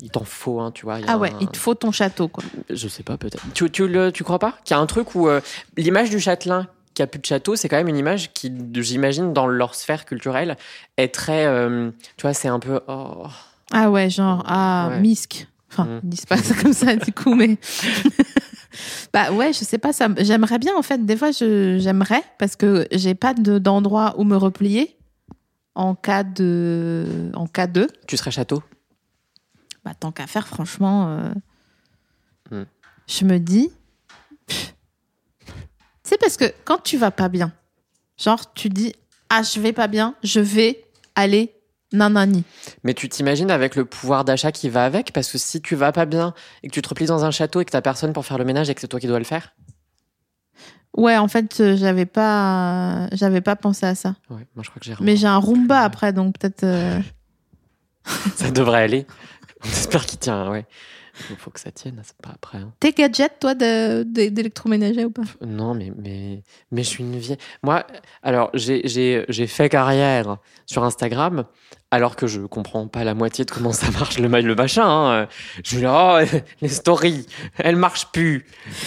Il t'en faut, hein, tu vois. il y a Ah ouais, un- il te faut ton château, quoi. Je sais pas, peut-être. Tu, tu, le, tu crois pas Qu'il y a un truc où euh, l'image du châtelain qui a plus de château, c'est quand même une image qui, j'imagine, dans leur sphère culturelle, est très. euh, tu vois, c'est un peu. oh. Ah ouais, genre à Ouais. Misk. Enfin, Mm. ils disent pas ça comme ça du coup, mais. bah ouais, je sais pas, ça. m- J'aimerais bien en fait. Des fois, je- j'aimerais parce que j'ai pas de- d'endroit où me replier en cas de, en cas de. Tu serais château Bah tant qu'à faire, franchement, euh, Mm. je me dis. pff, C'est parce que quand tu vas pas bien, genre tu dis ah je vais pas bien, je vais aller nanani. Mais tu t'imagines avec le pouvoir d'achat qui va avec Parce que si tu vas pas bien et que tu te replies dans un château et que t'as personne pour faire le ménage et que c'est toi qui dois le faire Ouais, en fait, euh, j'avais pas, euh, j'avais pas pensé à ça. Ouais, moi je crois que j'ai Mais j'ai un Roomba Ouais. après, donc peut-être. euh, Ça devrait aller. On espère qu'il tient, ouais. Faut, faut que ça tienne, c'est pas après. hein. T'es gadget toi de- de- d'électroménager ou pas Non, mais, mais, mais je suis une vieille. Moi, alors, j'ai- j'ai j'ai fait carrière sur Instagram, alors que je comprends pas la moitié de comment ça marche le, ma- le machin. hein. Je suis là, oh, les stories, elles marchent plus.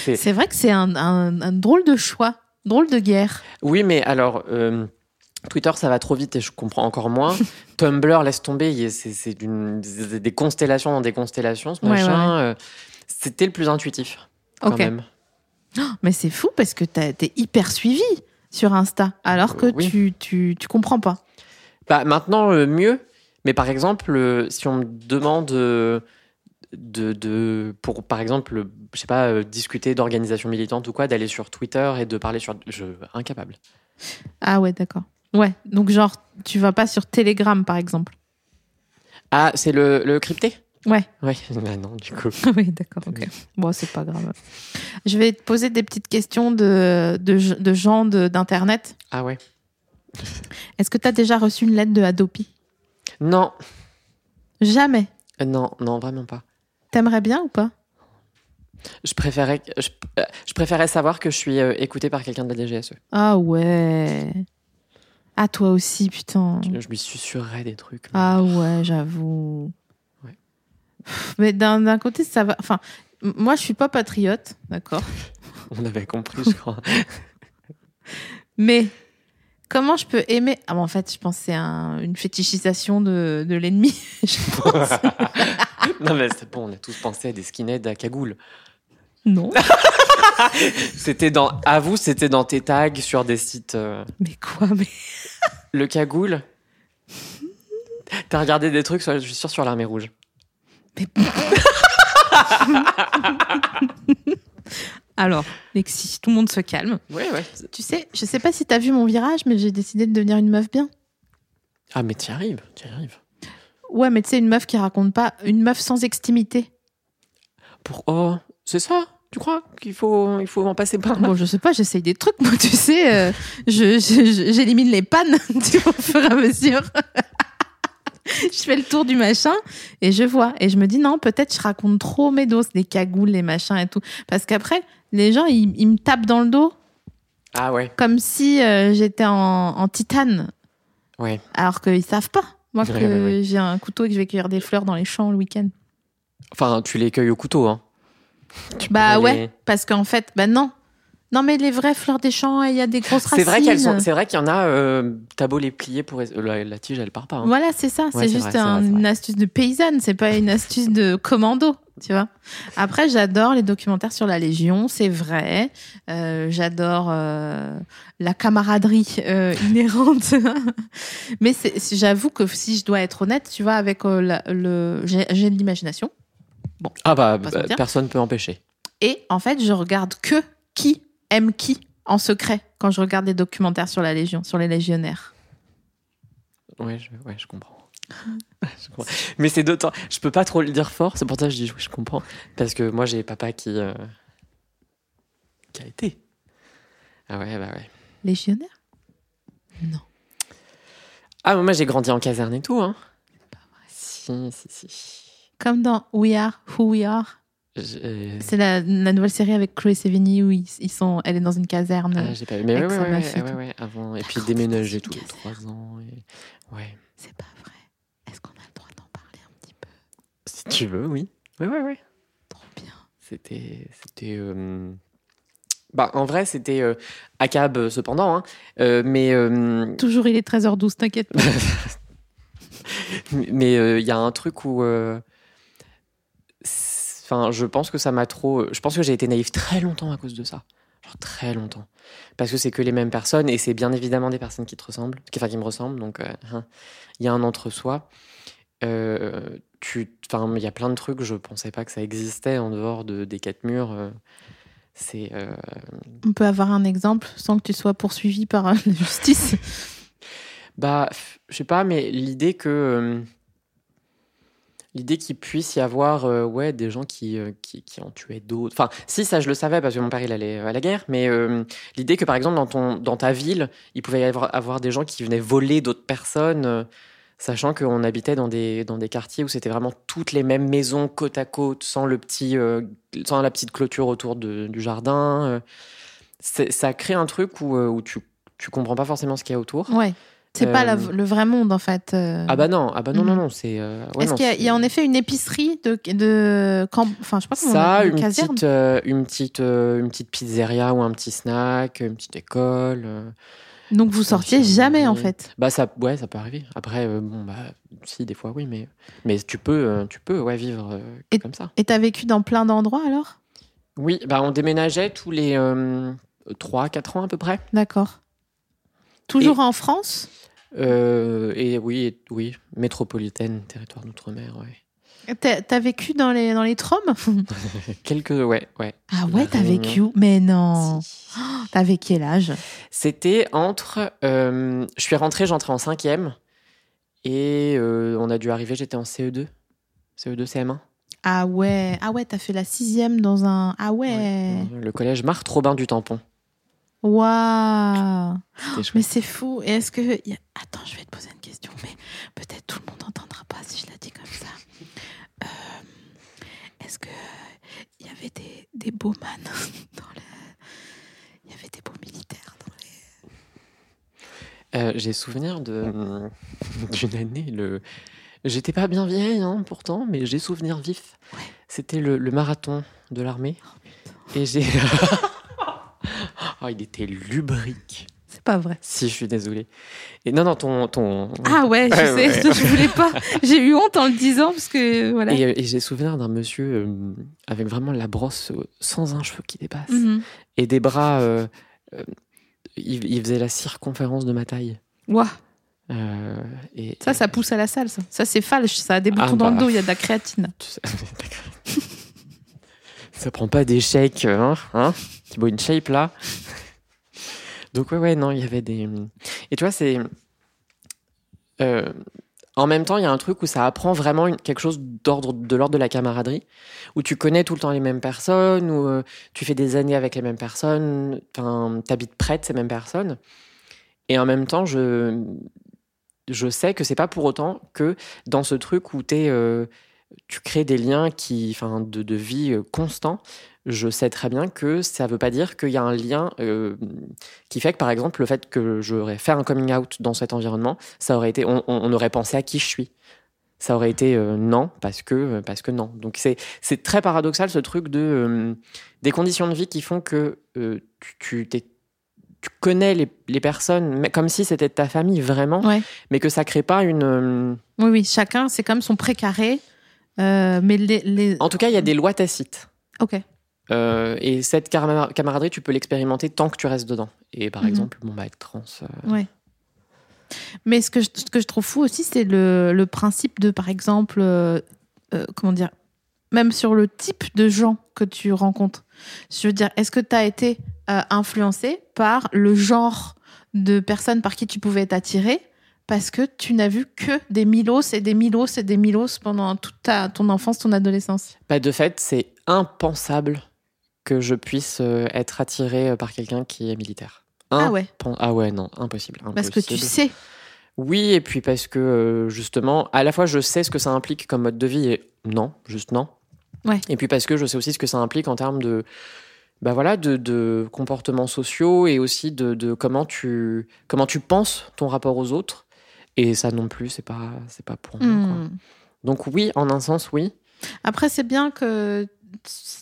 Et- C'est vrai que c'est un, un- un drôle de choix, drôle de guerre. Oui, mais alors, euh, Twitter, ça va trop vite et je comprends encore moins. Tumblr, laisse tomber, il y a- c'est c'est d'une- c'est des constellations dans des constellations, ce Ouais, ouais, machin. euh, C'était le plus intuitif. quand Ok. même. Mais c'est fou parce que t'as- t'es hyper suivi sur Insta, alors que Euh, oui. tu, tu, tu comprends pas. Bah, maintenant, euh, mieux. Mais par exemple, euh, si on me demande euh, de, de- pour, par exemple, euh, je sais pas, euh, discuter d'organisation militante ou quoi, d'aller sur Twitter et de parler sur. Je. Incapable. Ah ouais, d'accord. Ouais, donc genre, tu vas pas sur Telegram, par exemple. Ah, c'est le, le crypté Ouais. Ouais, bah non, du coup. oui, d'accord. ok. Bon, c'est pas grave. Je vais te poser des petites questions de, de, de gens de- d'Internet. Ah ouais. Est-ce que t'as déjà reçu une lettre de Adopi Non, Jamais. euh, non, non, vraiment pas. T'aimerais bien ou pas Je préférais, que- je, euh, je préférais savoir que je suis euh, écouté par quelqu'un de la DGSE. Ah ouais. Ah toi aussi, putain. Je, je lui susurrais des trucs. mais- Mm. Ah ouais, j'avoue. Ouais. Mais d'un d'un côté, ça va. Enfin, m- moi, je suis pas patriote, d'accord. On avait compris, je crois. Mais comment je peux aimer Ah, mais en fait, je pense que c'est un- une fétichisation de, de l'ennemi. je pense. non, mais c'est bon, on a tous pensé à des skinheads à cagoule. non. C'était dans. À vous, c'était dans tes tags sur des sites. euh, Mais quoi Mais le cagoule. T'as regardé des trucs, sur- je suis sûr, sur l'armée rouge. alors, Lexi, tout le monde se calme. Oui, ouais. Tu sais, je sais pas si t'as vu mon virage, mais j'ai décidé de devenir une meuf bien. Ah, mais t'y arrives, t'y arrives. Ouais, mais tu sais, une meuf qui raconte pas, une meuf sans extimité. Pour. Oh, c'est ça Tu crois qu'il faut, il faut en passer par là Bon, je sais pas, j'essaye des trucs, moi, tu sais, euh, je- je- je- j'élimine les pannes tu vois, au fur et à mesure. je fais le tour du machin et je vois. Et je me dis, non, peut-être je raconte trop mes doses, des cagoules, les machins et tout. Parce qu'après, les gens, ils, ils me tapent dans le dos Ah, ouais. comme si euh, j'étais en, en titane. Ouais. Alors qu'ils savent pas, moi, que Ouais, ouais, ouais. j'ai un couteau et que je vais cueillir des fleurs dans les champs le week-end. Enfin, tu les cueilles au couteau, hein. Bah aller- ouais, parce qu'en fait, bah non. Non, mais les vraies fleurs des champs, il y a des grosses racines. C'est vrai qu'elles sont. C'est vrai qu'il y en a. Euh, T'as beau les plier pour. euh, La, la tige, elle part pas. hein. Voilà, c'est ça. Ouais, c'est c'est juste vrai, c'est vrai, un- c'est vrai. une astuce de paysanne. C'est pas une astuce de commando, tu vois. Après, j'adore les documentaires sur la Légion, c'est vrai. Euh, j'adore euh, la camaraderie euh, inhérente. Mais c'est- c'est- j'avoue que si je dois être honnête, tu vois, avec euh, la- le, j'ai j'ai de l'imagination. Ah bah, va se bah, mentir. personne peut empêcher. Et en fait, je regarde que qui aime qui en secret quand je regarde des documentaires sur la Légion, sur les légionnaires. Ouais, je, ouais, je comprends. Je comprends. Mais c'est d'autant. Je peux pas trop le dire fort, c'est pour ça que je dis oui, je comprends. Parce que moi, j'ai papa qui. euh, qui a été. Ah ouais, bah ouais. Légionnaires Ah, mais moi, j'ai grandi en caserne et tout, hein. Si, si, si. euh, Comme dans We Are Who We Are. J'ai- C'est la, la nouvelle série avec Chloé Sevigny où ils, ils sont, elle est dans une caserne. Ah, j'ai pas eu. Mais ouais, Avec ouais, sa ouais, meuf et ouais, tout. ouais, avant. Et T'as puis grandi dans déménager une tous les caserne. trois ans. et- Ouais. C'est pas vrai. Est-ce qu'on a le droit d'en parler un petit peu Si tu veux, oui. Ouais, ouais, ouais. Trop bien. C'était. C'était. euh, Bah, en vrai, c'était euh, à cab, euh, cependant. hein. Euh, mais euh, Toujours, il est 13h12, t'inquiète pas. mais euh, il y a un truc où. euh, c'est- Enfin, je pense que ça m'a trop. Je pense que j'ai été naïf très longtemps à cause de ça. Genre très longtemps. Parce que c'est que les mêmes personnes et c'est bien évidemment des personnes qui te ressemblent, qui, enfin qui me ressemblent. Donc, euh, hein. il y a un entre-soi. Euh, tu, enfin, il y a plein de trucs. Je pensais pas que ça existait en dehors de, des quatre murs. euh, C'est. euh, On peut avoir un exemple sans que tu sois poursuivi par euh, la justice. Bah, f- je sais pas, mais l'idée que. euh, L'idée qu'il puisse y avoir euh, ouais, des gens qui, euh, qui, qui en tuaient d'autres. Enfin, si, ça, je le savais parce que mon père, il allait à la guerre. Mais euh, l'idée que, par exemple, dans, ton, dans ta ville, il pouvait y avoir, avoir des gens qui venaient voler d'autres personnes, euh, sachant qu'on habitait dans des, dans des quartiers où c'était vraiment toutes les mêmes maisons côte à côte, sans, le petit, euh, sans la petite clôture autour de- du jardin. euh. C'est- ça crée un truc où, euh, où tu, tu comprends pas forcément ce qu'il y a autour. Ouais. C'est pas la- Euh, le vrai monde, en fait. euh. Ah bah non, ah bah non, non, Mhm. non, c'est... euh, ouais, Est-ce non, qu'il y a- c'est- il y, a en effet une épicerie de. de camp- Enfin, je sais pas comment on ça, appelle, une de caserne petite, euh, une, petite, euh, une petite pizzeria ou un petit snack, une petite école. euh, Donc vous petite sortiez jamais, en infirmerie. fait. Bah ça, ouais, ça peut arriver. Après, euh, bon, bah si, des fois oui, mais, mais tu peux, euh, tu peux ouais, vivre euh, comme ça. Et t'as vécu dans plein d'endroits alors Oui, bah, on déménageait tous les 3-4 ans à peu près. D'accord. Toujours en France Euh, et oui, et- oui, métropolitaine, territoire d'outre-mer, ouais. T'as t'as vécu dans les, dans les troms Quelques, ouais, ouais. Ah ouais, La t'as Réunion. vécu où Mais non. Oh, Si. T'avais quel âge C'était entre. euh, je suis rentré, j'entrais en cinquième. Et euh, on a dû arriver, j'étais en E CE2. CE2, CM1. Ah ouais, ah ouais, t'as fait la sixième dans un. Ah ouais, Le collège Marthe Robin du Tampon. waouh. C'était chouette. Mais c'est fou. Et est-ce que y a- attends, je vais te poser une question, mais peut-être tout le monde n'entendra pas si je la dis comme ça. Euh, est-ce que il y avait des, des beaux man dans le, il y avait des beaux militaires dans les. Euh, J'ai souvenir de- d'une année, le... j'étais pas bien vieille hein, pourtant, mais j'ai souvenir vif. Ouais. Oh, C'était le, le marathon de l'armée. et j'ai. oh, il était lubrique. C'est pas vrai. Si, je suis désolé. Et non, non, ton. ton... Ah ouais, je Ouais, sais. Je voulais pas. J'ai eu honte en le disant parce que voilà. Et, euh, et j'ai souvenir d'un monsieur euh, avec vraiment la brosse euh, sans un cheveu qui dépasse Mhm. et des bras. euh, euh, il, il faisait la circonférence de ma taille. Ouah, Euh, et, ça, ça pousse à la salle. Ça, ça c'est falche. Ça a des Ah boutons dans le bah. dos. Il y a de la créatine. Tu sais- D'accord. ça prend pas des shakes, hein, hein Thibaut, une shape là. Donc ouais, ouais, non, il y avait des. Et tu vois, c'est. euh, En même temps, il y a un truc où ça apprend vraiment une- quelque chose d'ordre de l'ordre de la camaraderie, où tu connais tout le temps les mêmes personnes, où euh, tu fais des années avec les mêmes personnes, enfin, t'habites près de ces mêmes personnes. Et en même temps, je je sais que c'est pas pour autant que dans ce truc où t'es euh, tu crées des liens qui, enfin, de, de vie euh, constant. Je sais très bien que ça ne veut pas dire qu'il y a un lien euh, qui fait que, par exemple, le fait que j'aurais fait un coming out dans cet environnement, ça aurait été, on, on- on aurait pensé à qui je suis. Ça aurait été euh, non parce que euh, parce que non. Donc c'est c'est très paradoxal ce truc de euh, des conditions de vie qui font que euh, tu tu, t'es- tu connais les, les personnes mais comme si c'était de ta famille vraiment, Ouais. mais que ça crée pas une euh, Oui, oui, chacun, c'est comme son précaré. Euh, mais les, les- En tout cas, il y a des lois tacites. Ok. Euh, et cette camar- camaraderie, tu peux l'expérimenter tant que tu restes dedans. Et par Mhm. exemple, bon, bah, être trans. euh, Mais ce que, je, ce que je trouve fou aussi, c'est le, le principe de, par exemple, euh, euh, comment dire, même sur le type de gens que tu rencontres. Je veux dire, est-ce que tu as été euh, influencé par le genre de personnes par qui tu pouvais être attiré parce que tu n'as vu que des milos et des milos et des milos pendant toute ta, ton enfance, ton adolescence bah, de fait, c'est impensable que je puisse euh, être attiré par quelqu'un qui est militaire. Ah ouais, Impen- Ah ouais, non, impossible. parce que tu impossible. sais. Oui, et puis parce que euh, justement, à la fois je sais ce que ça implique comme mode de vie et non, juste non. Ouais. Et puis parce que je sais aussi ce que ça implique en termes de, bah voilà, de, de comportements sociaux et aussi de, de comment tu comment tu penses ton rapport aux autres. Et ça non plus, c'est pas c'est pas pour moi. quoi. Hmm. Donc oui, en un sens, oui. Après, c'est bien que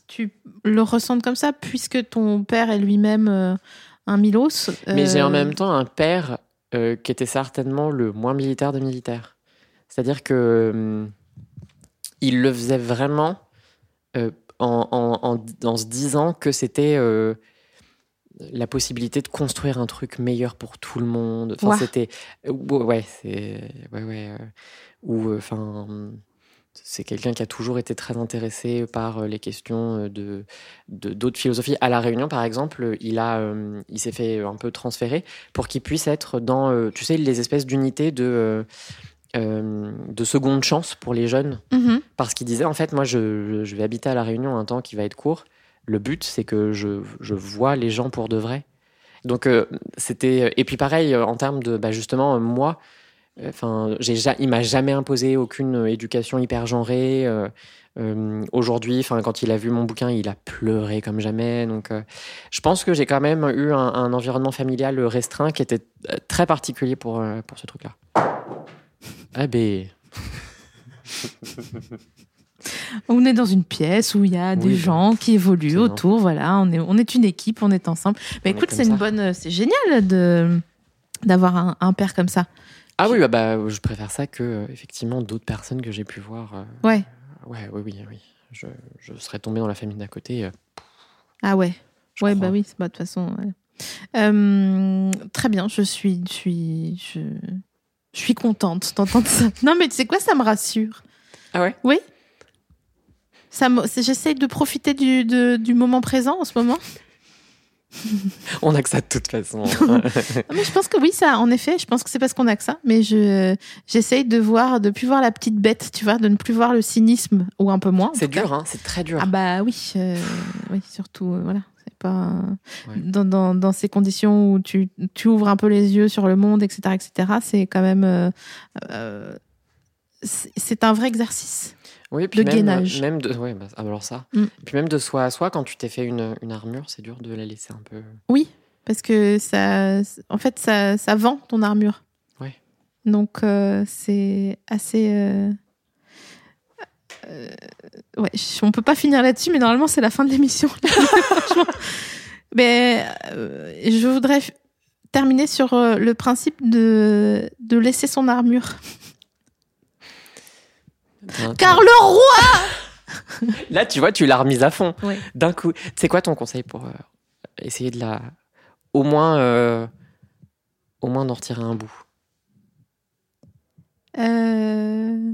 tu le ressentes comme ça, puisque ton père est lui-même euh, un Milos. Mais euh, j'ai en même temps un père euh, qui était certainement le moins militaire des militaires. C'est-à-dire que hum, il le faisait vraiment euh, en, en- en- en se disant que c'était euh, la possibilité de construire un truc meilleur pour tout le monde. Enfin, Ouah. c'était euh, ouais, ouais, c'est ouais, ouais, euh, ou euh, enfin. c'est quelqu'un qui a toujours été très intéressé par euh, les questions euh, de de- d'autres philosophies. À la Réunion, par exemple, il a, euh, il s'est fait un peu transférer pour qu'il puisse être dans, euh, tu sais, les espèces d'unités de euh, euh, de seconde chance pour les jeunes, Mhm. parce qu'il disait en fait, moi, je, je vais habiter à la Réunion un temps qui va être court. Le but, c'est que je, je vois les gens pour de vrai. Donc euh, c'était et puis pareil euh, en termes de bah, justement euh, moi. Enfin, j'ai ja- il m'a jamais imposé aucune euh, éducation hyper genrée. euh, euh, Aujourd'hui, enfin, quand il a vu mon bouquin, il a pleuré comme jamais. Donc, euh, je pense que j'ai quand même eu un, un environnement familial restreint qui était euh, très particulier pour euh, pour ce truc-là. Ah ben, On est dans une pièce où il y a des Oui, bah, gens qui évoluent c'est autour. Voilà, on est, on est une équipe, on est ensemble. Mais On est écoute, comme c'est une ça. bonne, euh, c'est génial de d'avoir un, un père comme ça. ah oui, bah, bah, je préfère ça que euh, effectivement d'autres personnes que j'ai pu voir. euh, Ouais. Ouais, oui, oui, oui. Je, je serais tombé dans la famille d'à côté. euh, pff, Ah ouais. je Ouais, crois. bah oui, c'est- bah, de toute façon. ouais. Euh, très bien, je suis, je suis, je, je suis contente d'entendre ça. Non, mais tu sais quoi, ça me rassure. Ah ouais Oui. Ça, me- c'est- j'essaye de profiter du, de- du moment présent en ce moment. On a que ça de toute façon. Ah, mais je pense que oui, ça, en effet, je pense que c'est parce qu'on a que ça. Mais je, j'essaye de voir, de plus voir la petite bête, tu vois, de ne plus voir le cynisme ou un peu moins. en c'est tout cas. dur, hein, c'est très dur. Ah bah oui, euh, oui surtout, euh, voilà. c'est Pas, Ouais. dans, dans, dans ces conditions où tu, tu ouvres un peu les yeux sur le monde, etc., etc., c'est quand même... euh, euh, c'est c'est un vrai exercice. oui, puis de même, gainage. Même de, ouais, bah, alors ça. Mm. Puis même de soi à soi, quand tu t'es fait une, une armure, c'est dur de la laisser un peu. Oui, parce que ça, en fait, ça, ça vend ton armure. Ouais. Donc, euh, c'est assez... euh, euh, ouais, je- on peut pas finir là-dessus, mais normalement, c'est la fin de l'émission. Franchement. Mais euh, je voudrais f- terminer sur euh, le principe de, de laisser son armure. Car le roi Là, tu vois, tu l'as remise à fond. Ouais. D'un coup. C'est quoi ton conseil pour euh, essayer de la. Au moins. euh, Au moins d'en retirer un bout. Euh,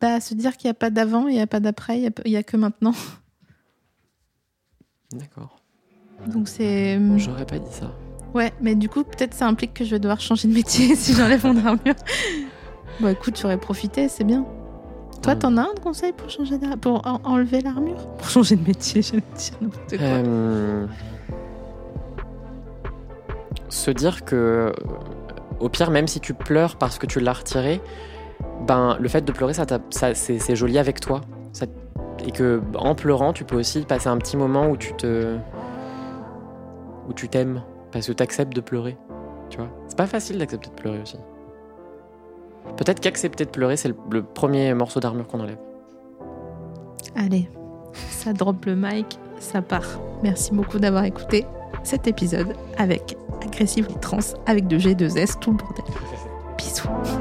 bah, Se dire qu'il n'y a pas d'avant, il n'y a pas d'après, il n'y a, p- il y a que maintenant. D'accord. Donc c'est... J'aurais pas dit ça. Ouais, mais du coup, peut-être ça implique que je vais devoir changer de métier si j'enlève mon armure. bon, écoute, j'aurais profité, c'est bien. Toi, Mm. t'en as un de conseil pour changer d'ar- pour en- enlever l'armure Pour changer de métier, j'allais dire n'importe quoi. Euh, Se dire que, euh, au pire, même si tu pleures parce que tu l'as retiré, ben, le fait de pleurer, ça, t'a- ça- c'est, c'est joli avec toi. Ça- et que en pleurant, tu peux aussi passer un petit moment où tu te, où tu t'aimes, parce que t'acceptes de pleurer. Tu vois, c'est pas facile d'accepter de pleurer aussi. Peut-être qu'accepter de pleurer, c'est le, le premier morceau d'armure qu'on enlève. Allez, ça drop le mic, ça part. Merci beaucoup d'avoir écouté cet épisode avec Agressive Trans avec 2G, 2S, tout le bordel. Bisous.